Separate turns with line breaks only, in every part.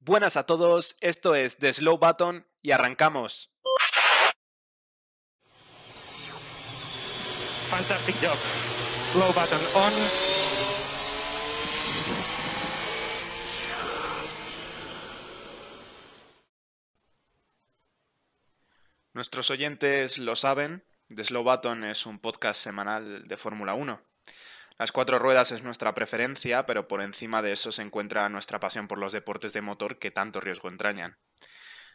Buenas a todos, esto es The Slow Button y arrancamos.
Fantastic job. Slow button on.
Nuestros oyentes lo saben, The Slow Button es un podcast semanal de Fórmula 1. Las cuatro ruedas es nuestra preferencia, pero por encima de eso se encuentra nuestra pasión por los deportes de motor que tanto riesgo entrañan.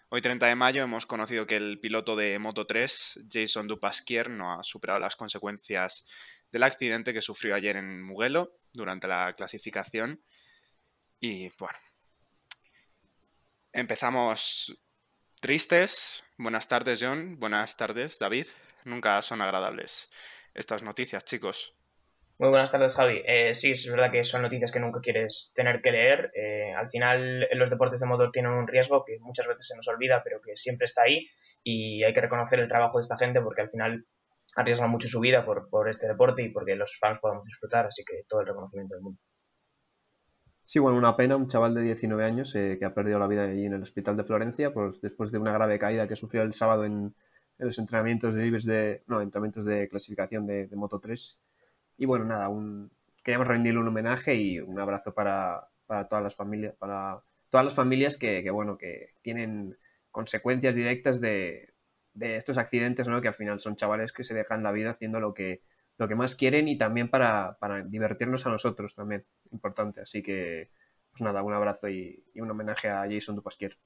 Hoy 30 de mayo hemos conocido que el piloto de Moto 3, Jason Dupasquier, no ha superado las consecuencias del accidente que sufrió ayer en Mugello durante la clasificación. Y bueno, empezamos tristes. Buenas tardes John, buenas tardes David. Nunca son agradables estas noticias, chicos.
Muy buenas tardes, Javi. Eh, sí, es verdad que son noticias que nunca quieres tener que leer. Eh, al final, los deportes de motor tienen un riesgo que muchas veces se nos olvida, pero que siempre está ahí y hay que reconocer el trabajo de esta gente porque al final arriesgan mucho su vida por, por este deporte y porque los fans podamos disfrutar, así que todo el reconocimiento del mundo.
Sí, bueno, una pena, un chaval de 19 años eh, que ha perdido la vida allí en el hospital de Florencia pues, después de una grave caída que sufrió el sábado en, en los entrenamientos de libres de, no, entrenamientos de clasificación de, de Moto 3. Y bueno, nada, un, queríamos rendirle un homenaje y un abrazo para, para todas las familias, para todas las familias que, que bueno, que tienen consecuencias directas de, de, estos accidentes, ¿no? Que al final son chavales que se dejan la vida haciendo lo que, lo que más quieren y también para, para divertirnos a nosotros también, importante. Así que, pues nada, un abrazo y, y un homenaje a Jason Dupasquier.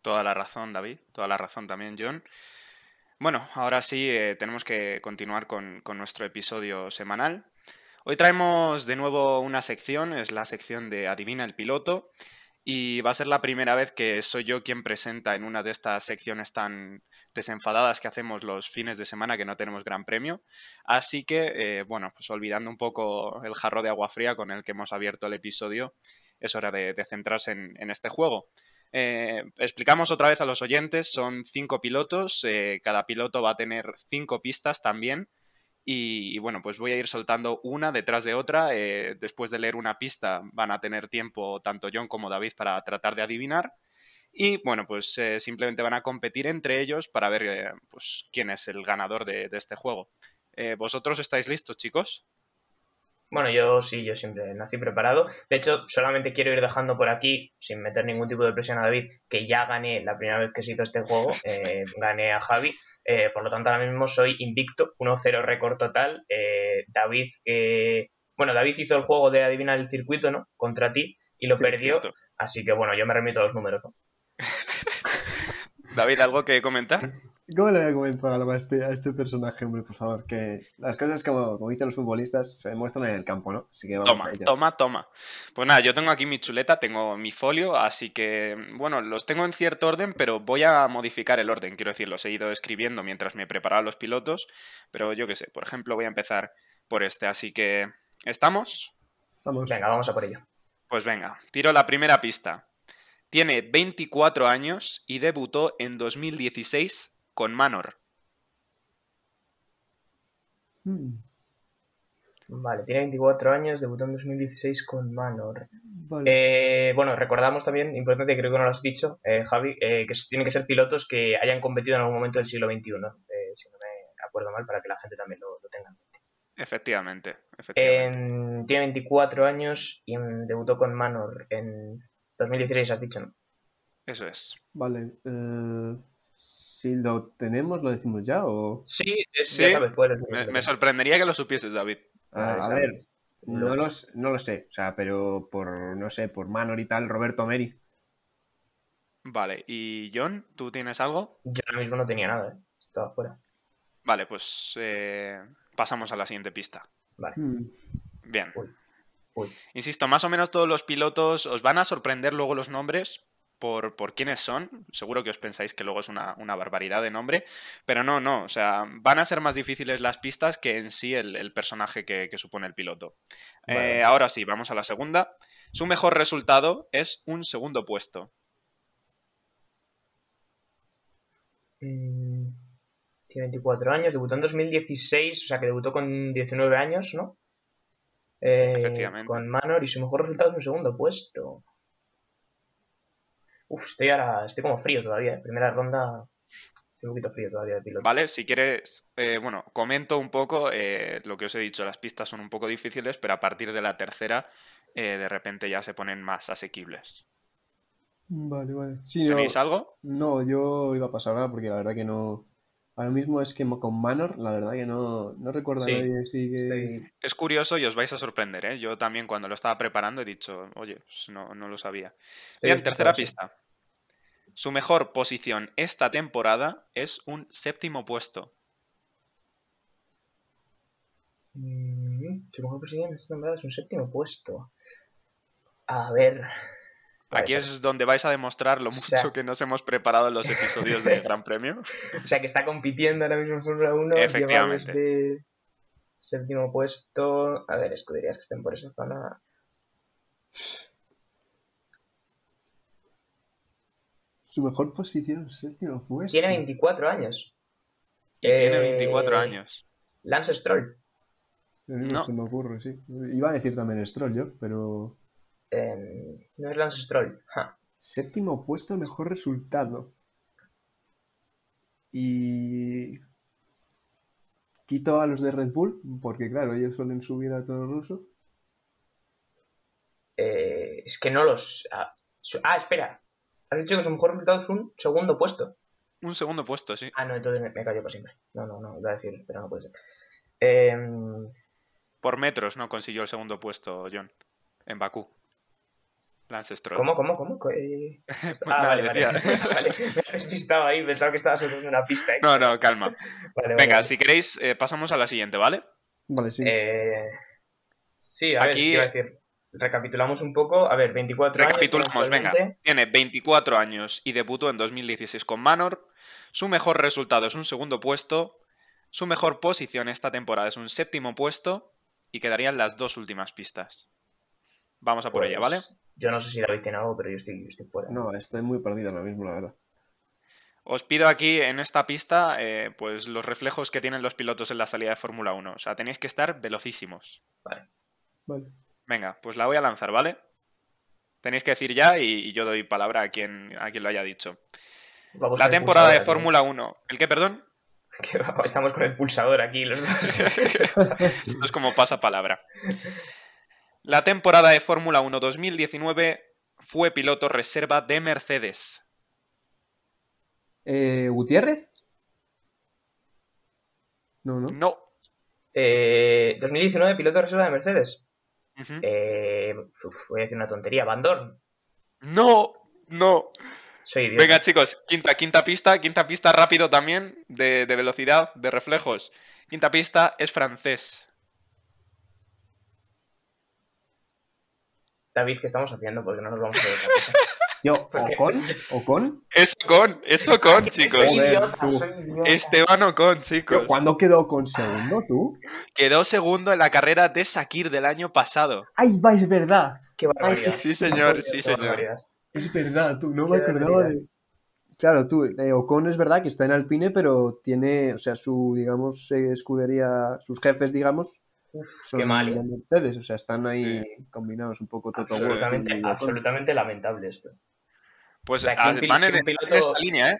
Toda la razón, David, toda la razón también, John. Bueno, ahora sí eh, tenemos que continuar con, con, nuestro episodio semanal. Hoy traemos de nuevo una sección, es la sección de Adivina el piloto, y va a ser la primera vez que soy yo quien presenta en una de estas secciones tan desenfadadas que hacemos los fines de semana que no tenemos gran premio. Así que, eh, bueno, pues olvidando un poco el jarro de agua fría con el que hemos abierto el episodio, es hora de, de centrarse en, en este juego. Eh, explicamos otra vez a los oyentes, son cinco pilotos, eh, cada piloto va a tener cinco pistas también. Y, y, bueno, pues voy a ir soltando una detrás de otra. Eh, después de leer una pista van a tener tiempo tanto John como David para tratar de adivinar. Y bueno, pues simplemente van a competir entre ellos para ver pues, quién es el ganador de, de este juego. ¿Vosotros estáis listos, chicos?
Bueno, yo sí, yo siempre nací preparado. De hecho, solamente quiero ir dejando por aquí, sin meter ningún tipo de presión a David, que ya gané la primera vez que se hizo este juego, eh, gané a Javi. Eh, por lo tanto, ahora mismo soy invicto, 1-0 récord total. Eh, David, que. bueno, David hizo el juego de adivinar el circuito, ¿no? Contra ti y lo sí, perdió. Cierto. Así que bueno, yo me remito a los números, ¿no?
David, ¿algo que comentar?
¿Cómo le voy a comentar algo a este, a este personaje, hombre, por favor? Que las cosas como, como dicen los futbolistas se demuestran en el campo, ¿no?
Así que vamos toma, toma, toma. Pues nada, yo tengo aquí mi chuleta, tengo mi folio, así que, bueno, los tengo en cierto orden, pero voy a modificar el orden, quiero decir, los he ido escribiendo mientras me preparaba los pilotos, pero yo qué sé, por ejemplo, voy a empezar por este, así que, ¿estamos?
Estamos. Venga, vamos a por ello.
Pues venga, tiro la primera pista. Tiene 24 años y debutó en 2016 con Manor.
Mm,
Hmm. Vale, tiene 24 años, debutó en 2016 con Manor. Vale. Eh, bueno, recordamos también, importante, creo que no lo has dicho, eh, Javi, eh, que tienen que ser pilotos que hayan competido en algún momento del siglo XXI, si no me acuerdo mal, para que la gente también lo, lo tenga en mente.
Efectivamente, Eh,
efectivamente. tiene 24 años y debutó con Manor en 2016, has dicho, ¿no?
Eso es.
Vale. eh, Si lo tenemos, ¿lo decimos ya? O...
Sí,
sí. pues Ya sabes, puedes me, me, sorprendería que lo supieses, David.
Ah, a ver, no, los, no lo sé, o sea, pero por, no sé, por Manor y tal, Roberto Meri.
Vale, ¿y John, tú tienes algo?
Yo ahora mismo no tenía nada, ¿eh? estaba fuera.
Vale, pues eh, pasamos a la siguiente pista.
Vale.
Mm,
Hmm. Bien. Uy. Uy. Insisto, más o menos todos los pilotos os van a sorprender luego los nombres, por, por, quiénes son. Seguro que os pensáis que luego es una, una, barbaridad de nombre, pero no, no. O sea, van a ser más difíciles las pistas que en sí el, el personaje que, que, supone el piloto. Vale. Eh, ahora sí, vamos a la segunda. Su mejor resultado es un segundo puesto.
Mm, tiene 24 años, debutó en 2016, o sea que debutó con 19 años, ¿no? Eh, Efectivamente. Con Manor y su mejor resultado es un segundo puesto. Uf, estoy ahora, estoy como frío todavía. ¿eh? Primera ronda, estoy un poquito frío todavía de piloto.
Vale, si quieres, eh, bueno, comento un poco eh, lo que os he dicho. Las pistas son un poco difíciles, pero a partir de la tercera, eh, de repente ya se ponen más asequibles.
Vale, vale. Sí,
¿Tenéis
no,
algo?
no, yo iba a pasar ahora porque la verdad que no. Ahora mismo es que mo- con Manor, la verdad que no, no recuerdo a
Sí,
nadie así que.
Estoy-
Es curioso y os vais a sorprender, ¿eh? Yo también cuando lo estaba preparando he dicho, oye, pues no, no lo sabía.
estoy
Bien, tercera
desfasado, sí.
pista. Su mejor posición esta temporada es un séptimo puesto.
Mm, Supongo que en esta temporada es un séptimo puesto. A ver. Pues, Vale,
Aquí
o sea,
es donde vais a demostrar lo
O
mucho
sea-
que nos hemos preparado en los episodios del Gran Premio.
O sea, que está compitiendo ahora mismo en Fórmula 1. Lleva
Efectivamente.
desde séptimo puesto. A ver, escuderías que estén por esa zona.
Su mejor posición, séptimo puesto.
Tiene 24 años.
Y tiene
Eh,
24 años.
Lance Stroll.
Lo único que
No.
Eh, se me ocurre, sí. Iba a decir también Stroll yo, pero.
Eh, no es Lance Stroll. Ja.
Séptimo puesto, mejor resultado. Y. Quito a los de Red Bull, porque claro, ellos suelen subir a todo ruso.
Eh, es que no los. Ah, su- ah, espera. Has dicho que su mejor resultado es un segundo puesto.
Un segundo puesto, sí.
Ah, no, entonces me, me callo para siempre. No, no, no, iba a decir, pero no puede ser. Eh,
Por metros no consiguió el segundo puesto John en Bakú. Lance Stroll.
¿Cómo, cómo, cómo? Co- eh, Ah,
nada,
vale, vale.
decía.
Vale, Me he despistado ahí, pensaba que estaba soltando una pista. ¿eh?
No, no, calma.
Vale, vale,
Venga,
vale.
si queréis, eh, pasamos a la siguiente, ¿vale?
Vale, sí.
Eh, sí, a ver,
Aquí-
¿qué iba a decir, recapitulamos un poco. A ver, 24 años.
Recapitulamos, venga.
actualmente.
Tiene 24 años y debutó en 2016 con Manor. Su mejor resultado es un segundo puesto. Su mejor posición esta temporada es un séptimo puesto. Y quedarían las dos últimas pistas. Vamos a por
Pues,
ella, ¿vale?
Yo no sé si David tiene algo, pero yo estoy, yo estoy fuera.
No, estoy muy perdido ahora mismo, la verdad.
Os pido aquí en esta pista eh, pues los reflejos que tienen los pilotos en la salida de Fórmula 1. O sea, tenéis que estar velocísimos.
Vale.
Venga, pues la voy a lanzar, ¿vale? Tenéis que decir ya y, y yo doy palabra a quien, a quien lo haya dicho.
Vamos con
La
el
temporada de
pulsador aquí.
Fórmula 1. ¿El qué, perdón?
Que vamos, Estamos con el pulsador aquí los dos.
Esto es como pasapalabra. La temporada de Fórmula 1 2019 fue piloto reserva de Mercedes.
Eh, ¿Gutiérrez? No, no.
No.
Eh, 2019, piloto de reserva de Mercedes.
Ujú.
Eh, uf, voy a decir una tontería. Van Dorn.
No, no.
Soy idiota.
Venga, chicos, quinta, quinta pista, quinta pista rápido también, de, de velocidad, de reflejos. Quinta pista es francés.
David, ¿qué estamos haciendo? Porque no nos vamos a ver otra cosa.
Yo,
¿Por qué?
¿Ocon? ¿Ocon?
Es con, es con, chicos. Este-
Soy
Joder,
idiota,
tú.
soy idiota.
Esteban Ocon, chicos.
Yo, ¿Cuándo quedó con segundo tú?
Quedó segundo en la carrera de Sakir del año pasado.
¡Ay, va, es verdad!
Qué barbaridad.
Sí, señor,
Qué
sí, señor.
barbaridad.
Es verdad, tú. No
Qué
me acordaba
barbaridad.
de. Claro, tú, eh, Ocon es verdad que está en Alpine, pero tiene, o sea, su, digamos, eh, escudería, sus jefes, digamos,
Uf,
son
qué mal.
de
¿eh?
Mercedes, o sea, están ahí combinados un poco Toto Wolff
Absolutamente,
y Ocon.
absolutamente lamentable esto.
Pues
O sea, que un
ah,
pil-
van
que
en,
un
van en
piloto-
esta línea, ¿eh?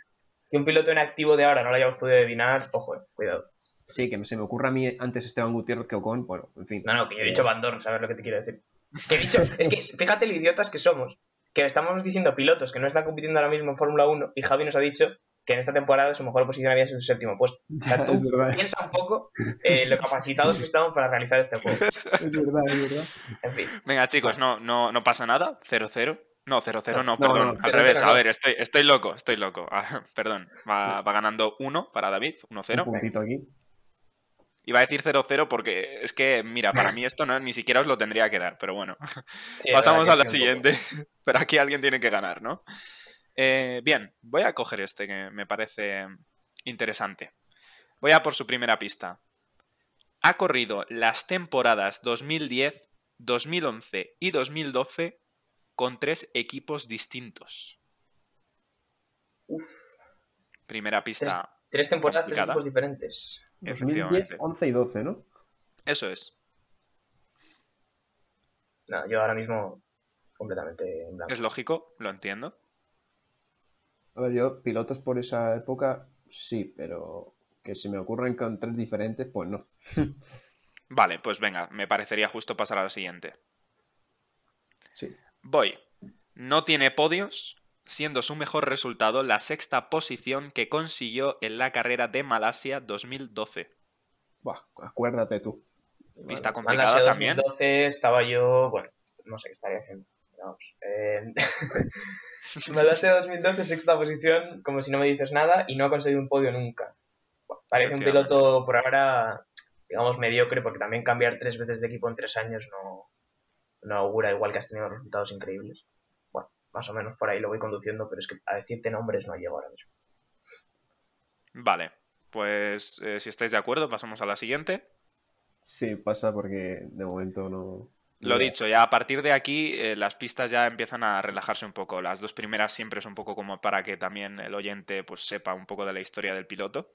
que un piloto en activo de ahora no lo hayamos podido adivinar, ojo, eh, cuidado.
Sí, que se me ocurra a mí antes Esteban Gutiérrez que Ocon, bueno, en fin.
No, no, que yo he dicho Van Dorn, ¿sabes lo que te quiero decir? Que he dicho, es que fíjate lo idiotas que somos, que estamos diciendo pilotos que no están compitiendo ahora mismo en Fórmula 1 y Javi nos ha dicho que en esta temporada su mejor posición había sido el séptimo puesto. O sea,
es
tú
verdad,
piensa un poco eh, lo capacitados que estamos para realizar este juego.
es verdad, es verdad.
En fin,
Venga, chicos, no, no, no pasa nada. 0-0. No, 0-0 no,
No,
perdón.
no,
al
0-0
revés.
no.
A ver, estoy, estoy loco, estoy loco. Ah, perdón. Va, va ganando 1 para David,
Un
1-0.
puntito aquí.
Iba a decir 0-0 porque es que, mira, para mí esto no, ni siquiera os lo tendría que dar, pero bueno.
sí, es
Pasamos
verdad
a la
que ha sido un poco-
siguiente. Pero aquí alguien tiene que ganar, ¿no? Eh, bien, voy a coger este que me parece interesante. Voy a por su primera pista. Ha corrido las temporadas 2010, 2011 y 2012 con tres equipos distintos. Primera pista.
Tres temporadas, tres
Complicada.
equipos diferentes.
2010,
Efectivamente.
11 y 12, ¿no?
Eso es.
No, yo ahora mismo completamente en blanco.
Es lógico, lo entiendo.
A ver, yo pilotos por esa época sí, pero que se me ocurran con tres diferentes, pues no.
Vale, pues venga, me parecería justo pasar a la siguiente.
Sí.
Voy. No tiene podios, siendo su mejor resultado la sexta posición que consiguió en la carrera de Malasia 2012.
Buah, acuérdate tú.
Pista
Malasia
complicada también.
2012 estaba yo, bueno, no sé qué estaría haciendo. pero Vamos. Eh... Malasia 2012, sexta posición, como si no me dices nada, y no ha conseguido un podio nunca. Bueno, parece un
Efectivamente.
piloto por ahora, digamos, mediocre, porque también cambiar tres veces de equipo en tres años no, no augura igual que has tenido resultados increíbles. Bueno, más o menos por ahí lo voy conduciendo, pero es que a decirte nombres no llego ahora mismo.
Vale, pues eh, si estáis de acuerdo, pasamos a la siguiente.
Sí, pasa porque de momento no.
Lo
no-
dicho, ya a partir de aquí eh, las pistas ya empiezan a relajarse un poco. Las dos primeras siempre es un poco como para que también el oyente pues sepa un poco de la historia del piloto.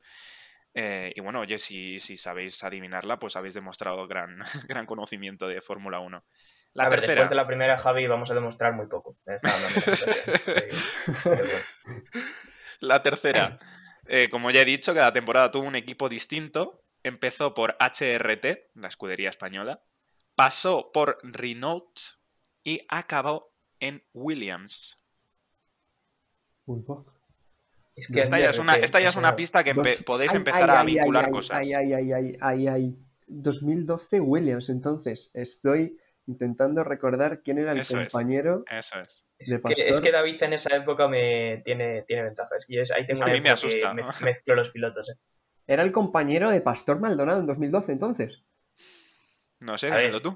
Eh, y bueno, oye, si, si sabéis adivinarla, pues habéis demostrado gran, gran conocimiento de Fórmula 1. La
a ver,
tercera.
después de la primera, Javi, vamos a demostrar muy poco. Me está dando la sensación. Pero bueno.
La tercera. Eh, como ya he dicho, cada temporada tuvo un equipo distinto. Empezó por HRT, la escudería española. Pasó por Renault y acabó en Williams.
Uy, buah.
Es
Ya
Esta ya es una,
HRT,
esta ya es una
no.
pista que empe-
Dos-
podéis
Ay,
empezar
ay,
a
ay, ay,
vincular
ay,
cosas.
Ay, ay, ay, ay, ay, ay. 2012 Williams, entonces estoy intentando recordar quién era el
Eso es.
compañero.
Eso es.
Es
de
que, es
Pastor.
que David en esa época me tiene, tiene ventaja. Es que yo es- ahí tengo
A
una
mí me
época que
asusta,
mez-
¿no?
mezclo los pilotos. eh.
Era el compañero de Pastor Maldonado en 2012, entonces.
No sé,
A ver.
dímelo tú.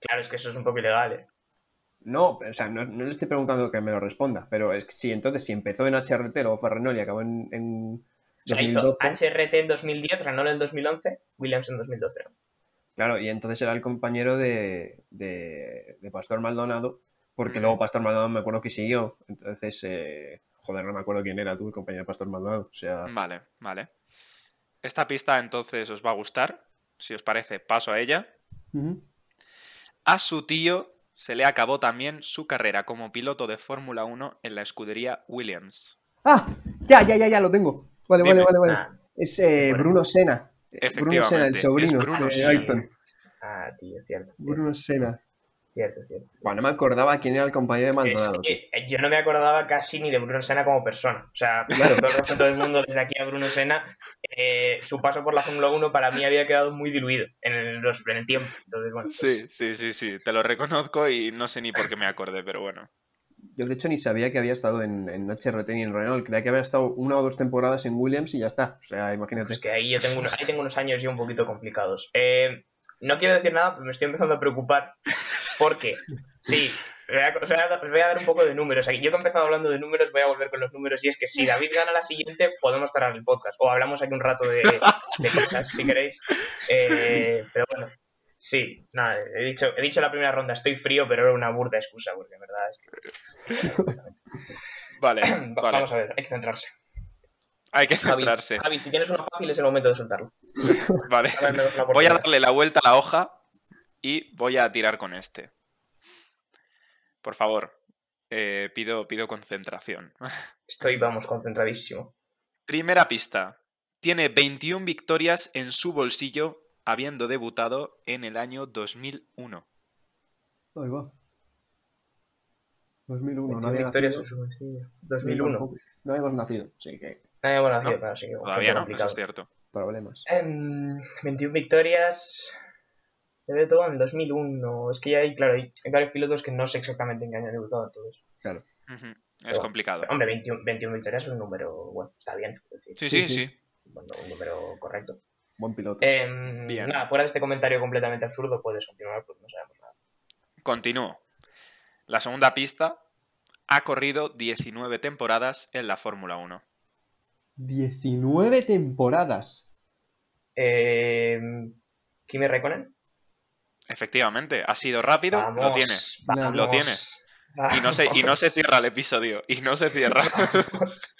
Claro, es que eso es un poco ilegal. eh.
No, o sea, no, no le estoy preguntando que me lo responda, pero es que sí, entonces si empezó en HRT, luego fue a Renault y acabó en, en
O sea,
2012,
hizo HRT en 2010, Renault en 2011, Williams en 2012. ¿no?
claro, y entonces era el compañero de, de, de Pastor Maldonado, porque
Ujú.
luego Pastor Maldonado me acuerdo que siguió, entonces, eh, joder, no me acuerdo quién era tú, el compañero de Pastor Maldonado, o sea,
Vale, vale. Esta pista entonces os va a gustar. Si os parece, paso a ella.
ujú.
A su tío se le acabó también su carrera como piloto de Fórmula 1 en la escudería Williams.
¡Ah! Ya, ya, ya, ya, lo tengo. Vale,
Dime.
vale, vale, vale.
Ah,
Es eh,
Bueno.
Bruno Sena. Eh, Bruno Sena, el
Efectivamente, es
sobrino
Bruno
de
Senna.
Ayrton.
ah, tío, cierto. Cierto,
Bruno Sena.
cierto. cierto.
Bueno, no me acordaba quién era el compañero de
Es
Maldonado.
que eh, yo no me acordaba casi ni de Bruno Senna como persona. O sea, con todo el resto del mundo, desde aquí a Bruno Senna, eh, su paso por la Fórmula 1 para mí había quedado muy diluido en el, los- en el tiempo. Entonces, bueno, pues,
Sí, sí, sí, sí, te lo reconozco y no sé ni por qué me acordé, pero bueno.
Yo, de hecho, ni sabía que había estado en, en HRT ni en Renault. Creía que había estado una o dos temporadas en Williams y ya está. O sea, imagínate.
Pues que ahí yo tengo, unos, ahí tengo unos años y un poquito complicados. Eh, no quiero decir nada, pero me estoy empezando a preocupar. Porque, sí, os voy a- os voy a, os voy a dar un poco de números. Aquí, Yo que he empezado hablando de números, voy a volver con los números. Y es que si David gana la siguiente, podemos cerrar el podcast. O hablamos aquí un rato de, de cosas, si queréis. Eh, pero bueno, sí, nada, he dicho, he dicho la primera ronda, estoy frío, pero era una burda excusa, porque en verdad es que. mm,
Vale,
Va-
vale.
Vamos a ver, hay que centrarse.
Hay que
Javi,
centrarse.
Javi, si tienes uno fácil, es el momento de soltarlo.
Vale.
A ver, me das una
Voy a
oportunidad.
darle la vuelta a la hoja y voy a tirar con este. Por favor, eh, pido, pido concentración.
Estoy, vamos, concentradísimo.
Primera pista. Tiene 21 victorias en su bolsillo, habiendo debutado en el año 2001.
Ahí va. 2001, no
21
había
victorias
nacido.
en su bolsillo.
Yo
2001.
tampoco. No habíamos nacido, sí que
Nadie bueno,
No,
nacido, claro, sí que un
Todavía
poco
no, eso
complicado.
es cierto.
problemas.
Em, 21 victorias. Debe todo en 2001. Es que ya hay, claro, hay hay varios pilotos que no sé exactamente en qué año han debutado. entonces.
Ujú, Es
Pero-
complicado.
Hombre, 21, 21 victorias es un número, bueno, está bien. es decir,
Sí, sí,
sí,
sí.
sí.
bueno, un número correcto.
Buen piloto.
Em,
Bien.
Nada, fuera de este comentario completamente absurdo, puedes continuar porque no sabemos nada.
Continúo. La segunda pista ha corrido 19 temporadas en la Fórmula 1.
19 temporadas.
Em, ¿Kimi Räikkönen?
Efectivamente, ha sido rápido, lo tiene.
Vamos, vamos,
Lo tienes. Y no, se, y no se
vamos.
cierra el episodio, y no se cierra.
Vamos.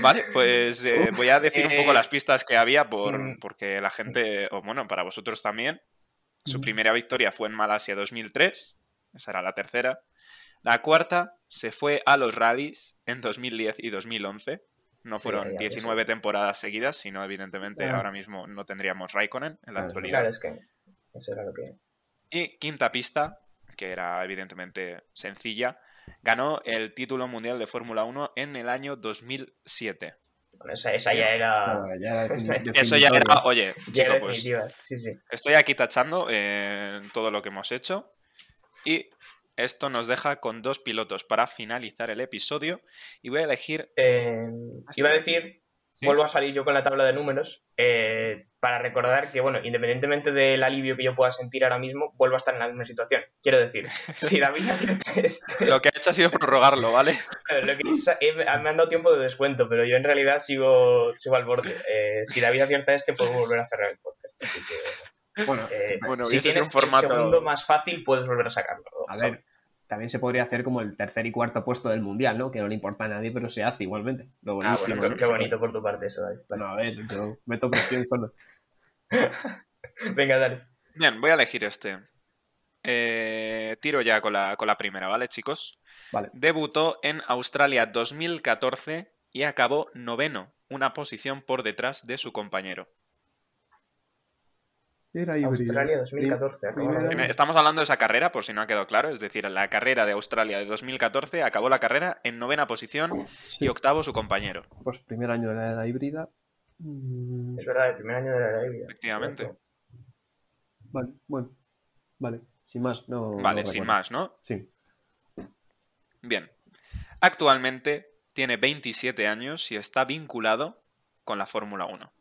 Vale, pues eh, voy a decir un poco
eh,
las pistas que había por,
mm.
porque la gente, o bueno, para vosotros también. Su
Ujú.
primera victoria fue en Malasia 2003, esa era la tercera. La cuarta se fue a los rallies en 2010 y 2011. No
Sí,
fueron
ya, ya,
19 temporadas seguidas, sino evidentemente
Claro.
ahora mismo no tendríamos Raikkonen en la
Claro.
actualidad.
Claro, es que eso era lo que.
Y quinta pista, que era evidentemente sencilla, ganó el título mundial de Fórmula 1 en el año 2007.
Bueno, esa, esa ya era.
Nada, ya defini-
Eso ya
definitorio.
era, oye,
Ya Ah. era
chico, pues
definitiva. Sí, sí.
estoy aquí tachando eh, todo lo que hemos hecho. Y esto nos deja con dos pilotos para finalizar el episodio. Y voy a elegir
Eh, iba a decir,
Sí.
vuelvo a salir yo con la tabla de números eh, para recordar que, bueno, independientemente del alivio que yo pueda sentir ahora mismo, vuelvo a estar en la misma situación. Quiero decir, si David acierta esto,
Lo que ha hecho ha sido prorrogarlo, ¿vale?
lo que es- he- me han dado tiempo de descuento, pero yo en realidad sigo, sigo al borde. Eh, si David acierta este, puedo volver a cerrar el podcast. Así que,
Bueno,
eh,
Bueno,
si
hubiese sido
tienes
un formato-
el segundo más fácil, puedes volver a sacarlo.
a ver, también se podría hacer como el tercer y cuarto puesto del mundial, ¿no? Que no le importa a nadie, pero se hace igualmente. Lo
Ah,
buenísimo,
bueno,
¿no?
qué- qué bonito por tu parte eso, David.
Bueno, a ver, yo meto presión solo.
Venga, dale.
Bien, voy a elegir este. Eh, tiro ya con la, con la primera, ¿vale, chicos?
Vale.
Debutó en Australia 2014 y acabó noveno, una posición por detrás de su compañero.
Era
Australia 2014. acabamos de-
Primera-
Eh, Estamos hablando de esa carrera, por si no ha quedado claro, es decir, la carrera de Australia de 2014 acabó la carrera en novena posición y octavo su compañero.
Pues primer año de la era híbrida. Mm,
Es verdad, el primer año de la Arabia.
Efectivamente.
Correcto.
Vale, bueno. Vale, sin más, no.
Vale,
no
sin
recuerdo.
más, ¿no?
Sí.
Bien. Actualmente tiene 27 años y está vinculado con la Fórmula 1.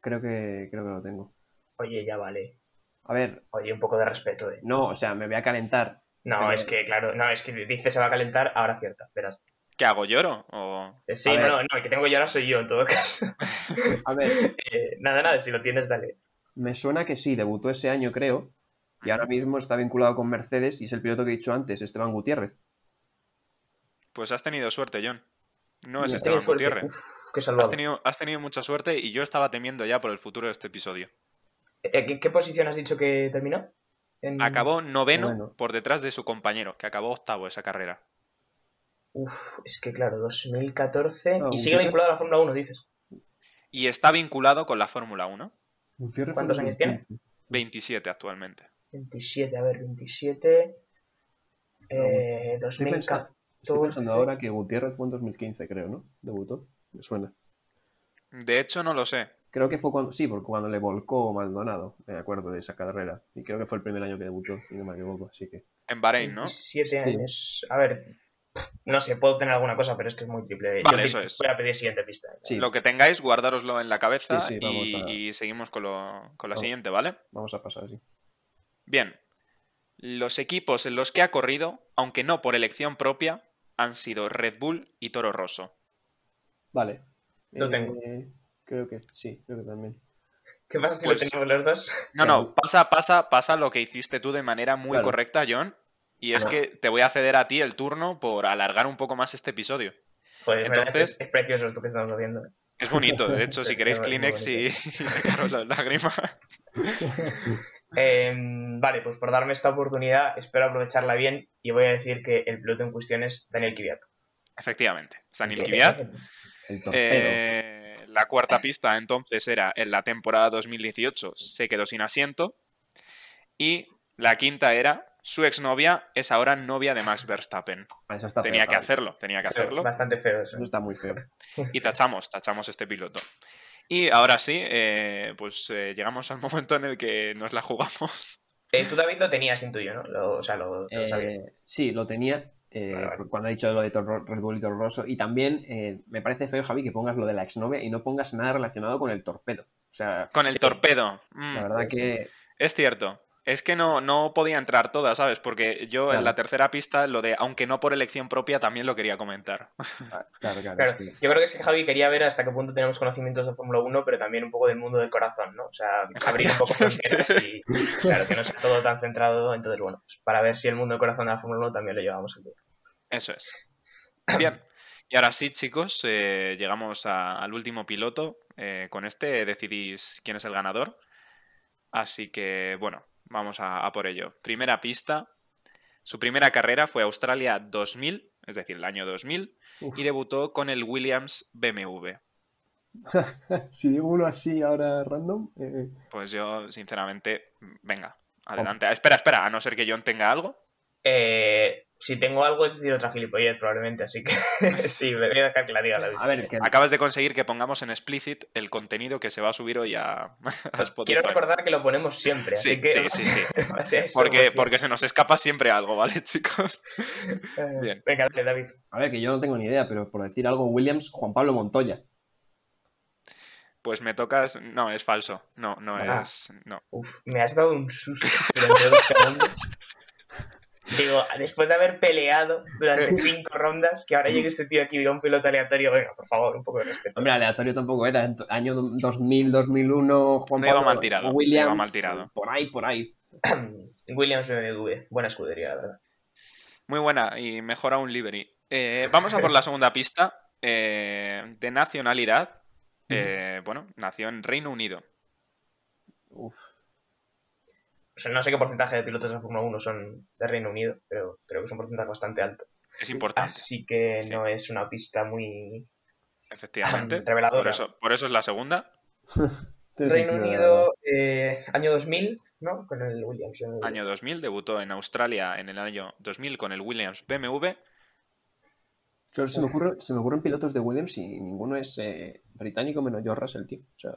Creo que, creo que lo tengo.
Oye, ya vale.
A ver,
Oye, un poco de respeto, eh.
no, o sea, me voy a calentar.
No,
Pero-
es que, claro, no, es que dice se va a calentar, ahora cierta, verás.
¿Qué hago? ¿Lloro? ¿O
Eh, Sí,
A
no,
ver.
no, no, el que tengo yo ahora soy yo, en todo caso.
A ver,
Eh, nada, nada, si lo tienes, dale.
me suena que sí, debutó ese año, creo. Y ahora mismo está vinculado con Mercedes y es el piloto que he dicho antes, Esteban Gutiérrez.
Pues has tenido suerte, John. No es
Mira,
Esteban
Tengo suerte.
Gutiérrez.
Uf, qué
Has
salvado.
tenido, has tenido mucha suerte y yo estaba temiendo ya por el futuro de este episodio.
Eh, ¿qué, qué posición has dicho que terminó? En-
Acabó noveno
Noveno.
por detrás de su compañero, que acabó octavo esa carrera.
Uf, es que, claro, 2014.
No,
y sigue
Gutiérrez.
vinculado a la Fórmula 1, dices.
Y está vinculado con la Fórmula 1,
Gutiérrez
¿Cuántos
fue
años tiene?
27 actualmente.
27, a ver, 27. Eh,
Estoy pensando,
2014.
estoy pensando ahora que Gutiérrez fue en 2015, creo, ¿no? Debutó, me suena.
De hecho, no lo sé.
Creo que fue cuando, sí, porque cuando le volcó Maldonado, me acuerdo de esa carrera. Y creo que fue el primer año que debutó, si no me equivoco, así que.
En Bahrein, ¿no?
27
Sí.
años. A ver, no sé, puedo tener alguna cosa, pero es que es muy triple.
Vale,
Yo
eso
pi-
es.
Voy a pedir siguiente pista.
Sí,
Lo que tengáis, guardároslo en la cabeza
Sí, sí, vamos
y,
a-
y seguimos con, lo- con la
Vamos.
siguiente, ¿vale?
vamos a pasar así.
Bien. Los equipos en los que ha corrido, aunque no por elección propia, han sido Red Bull y Toro Rosso.
Vale. Eh,
Lo tengo.
Creo que sí, creo que también.
¿Qué pasa si
Pues-
lo tenemos los dos?
No,
Claro.
no, pasa, pasa, pasa lo que hiciste tú de manera muy
Claro.
correcta, John. Y es
Ah.
que te voy a ceder a ti el turno por alargar un poco más este episodio.
Joder, es verdad,
Entonces-
es, es precioso esto que estamos haciendo.
Es bonito, de hecho, si
Es
queréis
muy
Kleenex y, y sacaros las lágrimas.
Eh, vale, pues por darme esta oportunidad, espero aprovecharla bien y voy a decir que el piloto en cuestión es Daniel Eh, Kvyat.
Efectivamente, Stanil Kvyat.
El torpedo.
Eh, la cuarta pista entonces era en la temporada 2018 se quedó sin asiento. Y la quinta era su exnovia es ahora novia de Max Verstappen.
Ah, esa está
Tenía
fea,
que
vale.
hacerlo, tenía que hacerlo.
Bastante feo eso.
Eso está muy feo.
Y tachamos, tachamos este piloto. Y ahora sí, eh, pues eh, llegamos al momento en el que nos la jugamos.
Eh, tú, David, lo tenías intuyo, ¿no? Lo- o sea, lo, lo sabías.
Eh, sí, lo tenía eh,
Vale, vale.
por- cuando ha dicho lo de Toro- Red Bull y Toro Rosso. Y también eh, me parece feo, Javi, que pongas lo de la exnovia y no pongas nada relacionado con el torpedo. O sea,
Con el
Sí.
torpedo. Mm,
la verdad
sí,
que.
es cierto. Es que no, no podía entrar toda, ¿sabes? Porque yo en
Claro.
la tercera pista, lo de aunque no por elección propia, también lo quería comentar.
ah, Claro, claro.
Claro,
sí.
yo creo que sí, Javi quería ver hasta qué punto tenemos conocimientos de Fórmula 1, pero también un poco del mundo del corazón, ¿no? O sea, abrir un poco fronteras y, claro, que no sea todo tan centrado. Entonces, bueno, pues para ver si el mundo del corazón de la Fórmula 1 también lo llevamos aquí.
Eso es. Bien. Y ahora sí, chicos, eh, llegamos a- al último piloto. Eh, con este decidís quién es el ganador. Así que, bueno, vamos a, a por ello. Primera pista. Su primera carrera fue Australia 2000, es decir, el año 2000,
Uf.
y debutó con el Williams BMW.
si digo uno así ahora random, eh,
Pues yo, sinceramente, venga, adelante. Ah, Espera, espera, a no ser que John tenga algo.
Eh, si tengo algo es decir otra gilipollez probablemente, así que sí, me voy a dejar claridad la vida.
a ver, que
Acabas de conseguir que pongamos en explicit el contenido que se va a subir hoy a, a Spotify.
Quiero recordar que lo ponemos siempre, así
Sí,
que
sí, sí, sí.
en base a eso,
Porque,
pues,
porque se nos escapa siempre algo, ¿vale, chicos?
eh,
bien.
Venga, dale, David.
a ver, que yo no tengo ni idea, pero por decir algo, Williams, Juan Pablo Montoya.
Pues me tocas. No, es falso. No, no
Ah.
es. No.
Uf, me has dado un susto durante dos segundos. Digo, después de haber peleado durante cinco rondas, que ahora llegue este tío aquí y diga un piloto aleatorio, venga, por favor, un poco de respeto.
Hombre, aleatorio tampoco era, ent- año 2000, 2001, Juan
No iba
Pablo
mal tirado, no
Williams,
iba mal tirado.
por ahí, por ahí.
Williams BMW, buena escudería, la verdad.
Muy buena y mejora un livery. Eh, vamos a por la segunda pista. eh, de nacionalidad. eh, bueno, nació en Reino Unido.
Uf,
O sea, no sé qué porcentaje de pilotos de Fórmula 1 son de Reino Unido, pero creo que es un porcentaje bastante alto.
Es importante,
Así que
Sí.
no es una pista muy...
efectivamente.
Ah, Reveladora.
Por eso, por eso es la segunda.
tiene
Reino
sentido, la verdad.
Unido, eh, año 2000, ¿no? Con el Williams. en el-
Año 2000. Debutó en Australia en el año 2000 con el Williams BMW.
Yo se me, ocurre- se me ocurren pilotos de Williams y ninguno es eh, británico menos George Russell, tío. O sea,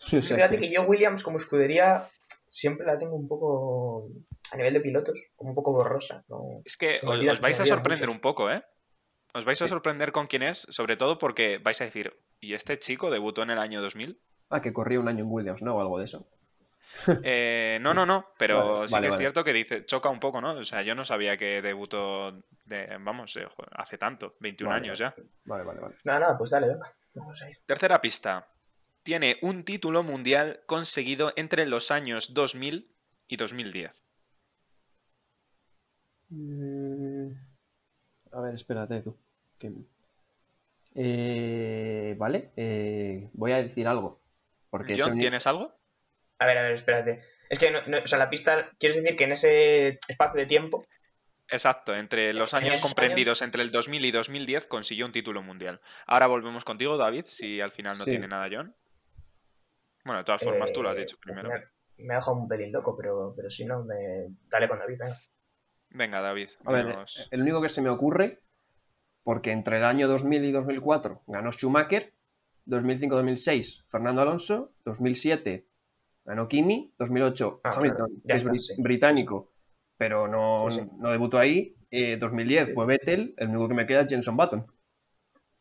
o sea
Fíjate
que-
que yo Williams como escudería siempre la tengo un poco a nivel de pilotos, como un poco borrosa. ¿no?
Es que
Se me
os,
olvidan-
os vais
se
a
me olvidan
sorprender
muchos.
un poco, ¿eh? Os vais a sorprender con quién es, sobre todo porque vais a decir, ¿y este chico debutó en el año 2000?
Ah, que corría un año en Williams, ¿no? O algo de eso.
Eh, no, no, no, pero
Vale,
sí
vale,
que es
vale.
cierto que dice, choca un poco, ¿no? O sea, yo no sabía que debutó, de, vamos, eh, jo- hace tanto, 21
Vale,
años ya.
Vale, vale, vale.
Nada, nada, pues dale, venga. Vamos a ir.
Tercera pista. Tiene un título mundial conseguido entre los años 2000 y 2010.
Eh, A ver, espérate tú. que- Eh, vale, eh, voy a decir algo. Porque
John,
ese-
¿tienes algo?
A ver, a ver, espérate. Es que, no, no- o sea, la pista, quieres decir que en ese espacio de tiempo,
Exacto, entre los
En
años
esos
comprendidos entre el 2000 y 2010 consiguió un título mundial. Ahora volvemos contigo, David, si al final no
Sí.
tiene nada, John. Bueno, de todas formas, tú lo has
eh,
dicho
al
primero.
final Me ha dejado un pelín loco, pero, pero si no, me... dale con David, venga.
Venga, David.
A ver, eh,
danos-
el único que se me ocurre, porque entre el año 2000 y 2004 ganó Schumacher, 2005-2006 Fernando Alonso, 2007 ganó Kimi, 2008
Ah,
Hamilton,
claro,
que
ya
es
está,
bri-
sí.
británico, pero no,
Sí, sí.
no debutó ahí, eh, 2010
Sí.
fue Vettel, el único que me queda es Jenson Button.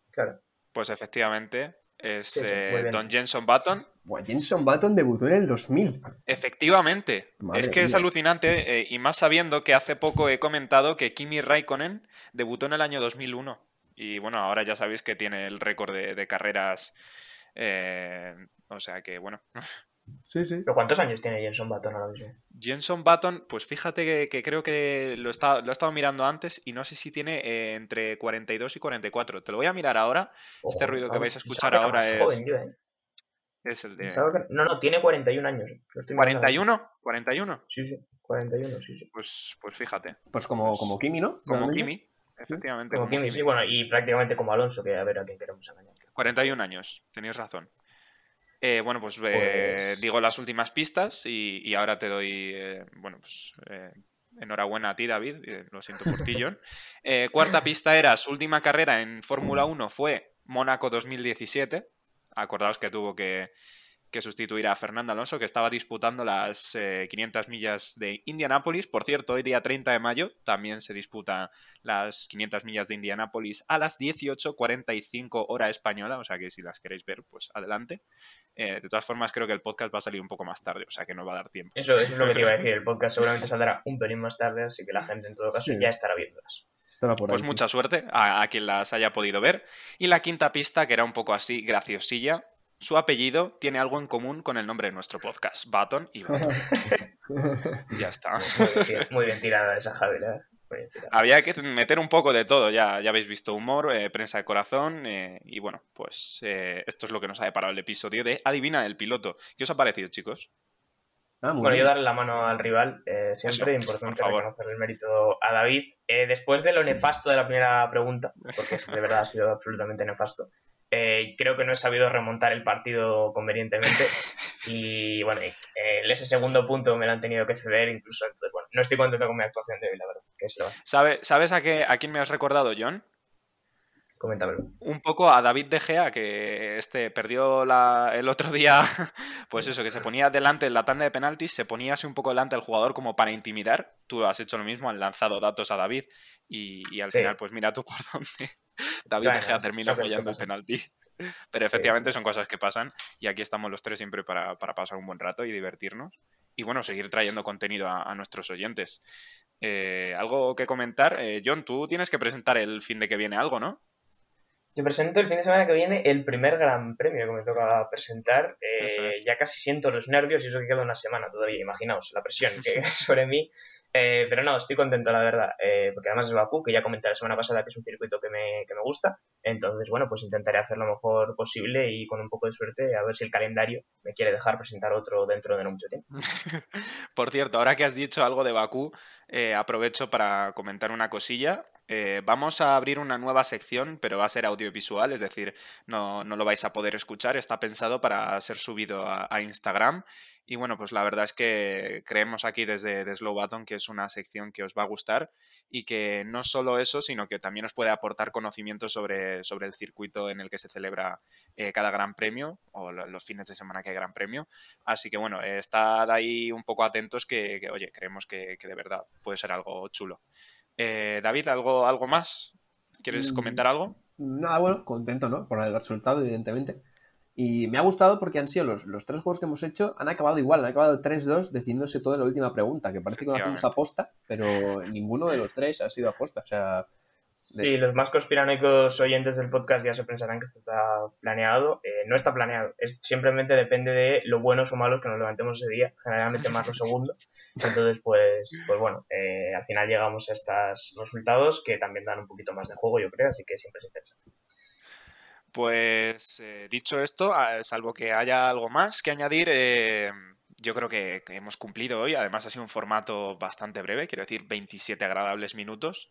Claro.
Pues efectivamente, es
Sí, sí,
eh,
muy bien.
Don Jenson Button.
Buah, Jenson Button debutó en el 2000.
Efectivamente,
Madre
es que es
mía.
alucinante eh, y más sabiendo que hace poco he comentado que Kimi Raikkonen debutó en el año 2001. Y bueno, ahora ya sabéis que tiene el récord de, de carreras. eh, o sea que bueno,
Sí, sí.
¿Pero cuántos años tiene Jenson Button ahora mismo?
Jenson Button, pues fíjate que, que creo que lo, está, lo he estado mirando antes y no sé si tiene eh, entre 42 y 44. Te lo voy a mirar ahora. Este ruido que
vamos,
vais a
pensaba
escuchar
que era
ahora
más
es-
joven yo, ¿eh?
Es el de...
Pensaba que- No, no, tiene 41 años. lo estoy mirando.
¿41? ¿41?
Sí, sí, 41, sí, sí.
Pues, pues fíjate.
Pues como, como Kimi, ¿no?
Como
Realmente.
Kimi. Efectivamente,
Como
como
Kimi,
Kimi.
sí, bueno, y prácticamente como Alonso, que a ver a quién queremos engañar.
41 años, tenéis razón. Eh, bueno, pues, eh,
Pues-
digo las últimas pistas y, y ahora te doy, eh, bueno, pues eh, enhorabuena a ti, David, eh, lo siento por ti, John. Eh, cuarta pista era, su última carrera en Fórmula 1 fue Mónaco 2017. Acordaos que tuvo que, que sustituir a Fernando Alonso, que estaba disputando las eh, 500 millas de Indianápolis. Por cierto, hoy día 30 de mayo también se disputa las 500 millas de Indianápolis a las 18.45 hora española, o sea que si las queréis ver, pues adelante. Eh, de todas formas, creo que el podcast va a salir un poco más tarde, o sea que no va a dar tiempo.
Eso, eso es lo que te iba a decir. El podcast seguramente saldrá un pelín más tarde, así que la gente en todo caso
Sí.
ya estará viéndolas.
Estará por
Pues
ahí, sí.
mucha suerte a, a quien las haya podido ver. Y la quinta pista, que era un poco así graciosilla, su apellido tiene algo en común con el nombre de nuestro podcast, Baton y Button. Ya está.
Muy bien, tira- muy bien tirada esa, Javi, la verdad. Muy bien tirada.
Había que meter un poco de todo, ya, ya habéis visto humor, eh, prensa de corazón, eh, y bueno, pues eh, esto es lo que nos ha deparado el episodio de Adivina el piloto. ¿Qué os ha parecido, chicos?
Ah, muy
bueno,
bien.
yo darle la mano al rival, eh, siempre
Eso,
importante
por favor.
reconocer el mérito a David. Eh, después de lo nefasto de la primera pregunta, porque es- de verdad ha sido absolutamente nefasto, eh, creo que no he sabido remontar el partido convenientemente. Y bueno, y, eh, ese segundo punto me lo han tenido que ceder, incluso. Entonces, bueno, no estoy contento con mi actuación de hoy, la verdad. Que eso,
¿Sabe- ¿Sabes a, qué, a quién me has recordado, John?
coméntamelo.
Un poco a David De Gea, que este perdió la- el otro día, pues eso, que se ponía delante en la tanda de penaltis, se ponía así un poco delante del jugador como para intimidar. Tú has hecho lo mismo, han lanzado datos a David y, y al
Sí.
final, pues mira tú por dónde. David De
Bueno,
Gea termina
son cosas que
follando el
pasan.
penalti.
Sí,
Pero efectivamente son cosas que pasan y aquí estamos los tres siempre para, para pasar un buen rato y divertirnos. Y bueno, seguir trayendo contenido a, a nuestros oyentes. Eh, algo que comentar. Eh, John, tú tienes que presentar el fin de que viene algo, ¿no?
Yo presento el fin de semana que viene el primer gran premio que me toca presentar. Eh,
Eso es.
Ya casi siento los nervios y eso que queda una semana todavía. Imaginaos la presión que hay sobre mí. Eh, pero no, estoy contento, la verdad. eh, porque además es Bakú, que ya comenté la semana pasada que es un circuito que me, que me gusta. Entonces, bueno, pues intentaré hacer lo mejor posible y con un poco de suerte a ver si el calendario me quiere dejar presentar otro dentro de no mucho tiempo.
Por cierto, ahora que has dicho algo de Bakú, eh, aprovecho para comentar una cosilla. Eh, vamos a abrir una nueva sección, pero va a ser audiovisual, es decir, no, no lo vais a poder escuchar, está pensado para ser subido a, a Instagram. Y bueno, pues la verdad es que creemos aquí desde de Slow Button que es una sección que os va a gustar y que no solo eso, sino que también os puede aportar conocimiento sobre, sobre el circuito en el que se celebra eh, cada gran premio o lo- los fines de semana que hay gran premio. Así que bueno, eh, estad ahí un poco atentos que, que, oye, creemos que, que de verdad puede ser algo chulo. Eh, David, ¿algo, ¿algo más? ¿Quieres
Mm.
comentar algo?
Nada, bueno, contento, ¿no? Por el resultado, evidentemente. Y me ha gustado porque han sido los, los tres juegos que hemos hecho, han acabado igual, han acabado 3-2, decidiéndose todo en la última pregunta, que parece que lo hacemos aposta, pero ninguno de los tres ha sido aposta. O sea,
Sí, los más conspiranoicos oyentes del podcast ya se pensarán que esto está planeado. Eh, no está planeado, es, simplemente depende de lo buenos o malos que nos levantemos ese día, generalmente más lo segundo. Entonces, pues, pues bueno, eh, al final llegamos a estos resultados que también dan un poquito más de juego, yo creo, así que siempre es interesante.
Pues eh, dicho esto, a- salvo que haya algo más que añadir, eh, yo creo que, que hemos cumplido hoy. Además, ha sido un formato bastante breve, quiero decir, 27 agradables minutos.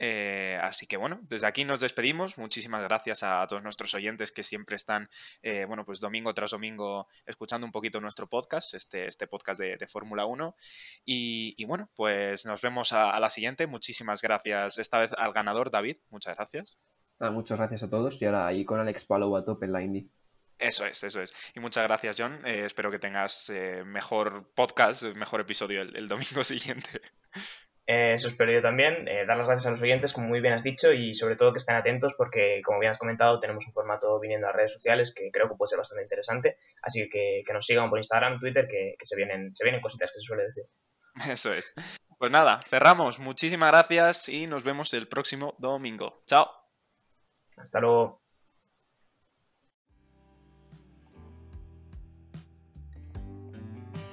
Eh, así que bueno, desde aquí nos despedimos. Muchísimas gracias a, todos nuestros oyentes que siempre están, eh, bueno, pues domingo tras domingo escuchando un poquito nuestro podcast, este, este podcast de, de Fórmula 1. Y, y, bueno, pues nos vemos a- a la siguiente. Muchísimas gracias esta vez al ganador, David. Muchas gracias.
nada, muchas gracias a todos y ahora ahí con Alex Palou a tope en la Indy.
Eso es, eso es. Y muchas gracias, John. Eh, espero que tengas eh, mejor podcast, mejor episodio el, el domingo siguiente.
Eh, eso espero yo también, eh, dar las gracias a los oyentes, como muy bien has dicho, y sobre todo que estén atentos porque, como bien has comentado, tenemos un formato viniendo a redes sociales que creo que puede ser bastante interesante, así que que nos sigan por Instagram, Twitter, que, que se, vienen, se vienen cositas que se suele decir.
Eso es. Pues nada, cerramos. Muchísimas gracias y nos vemos el próximo domingo. Chao.
Hasta luego.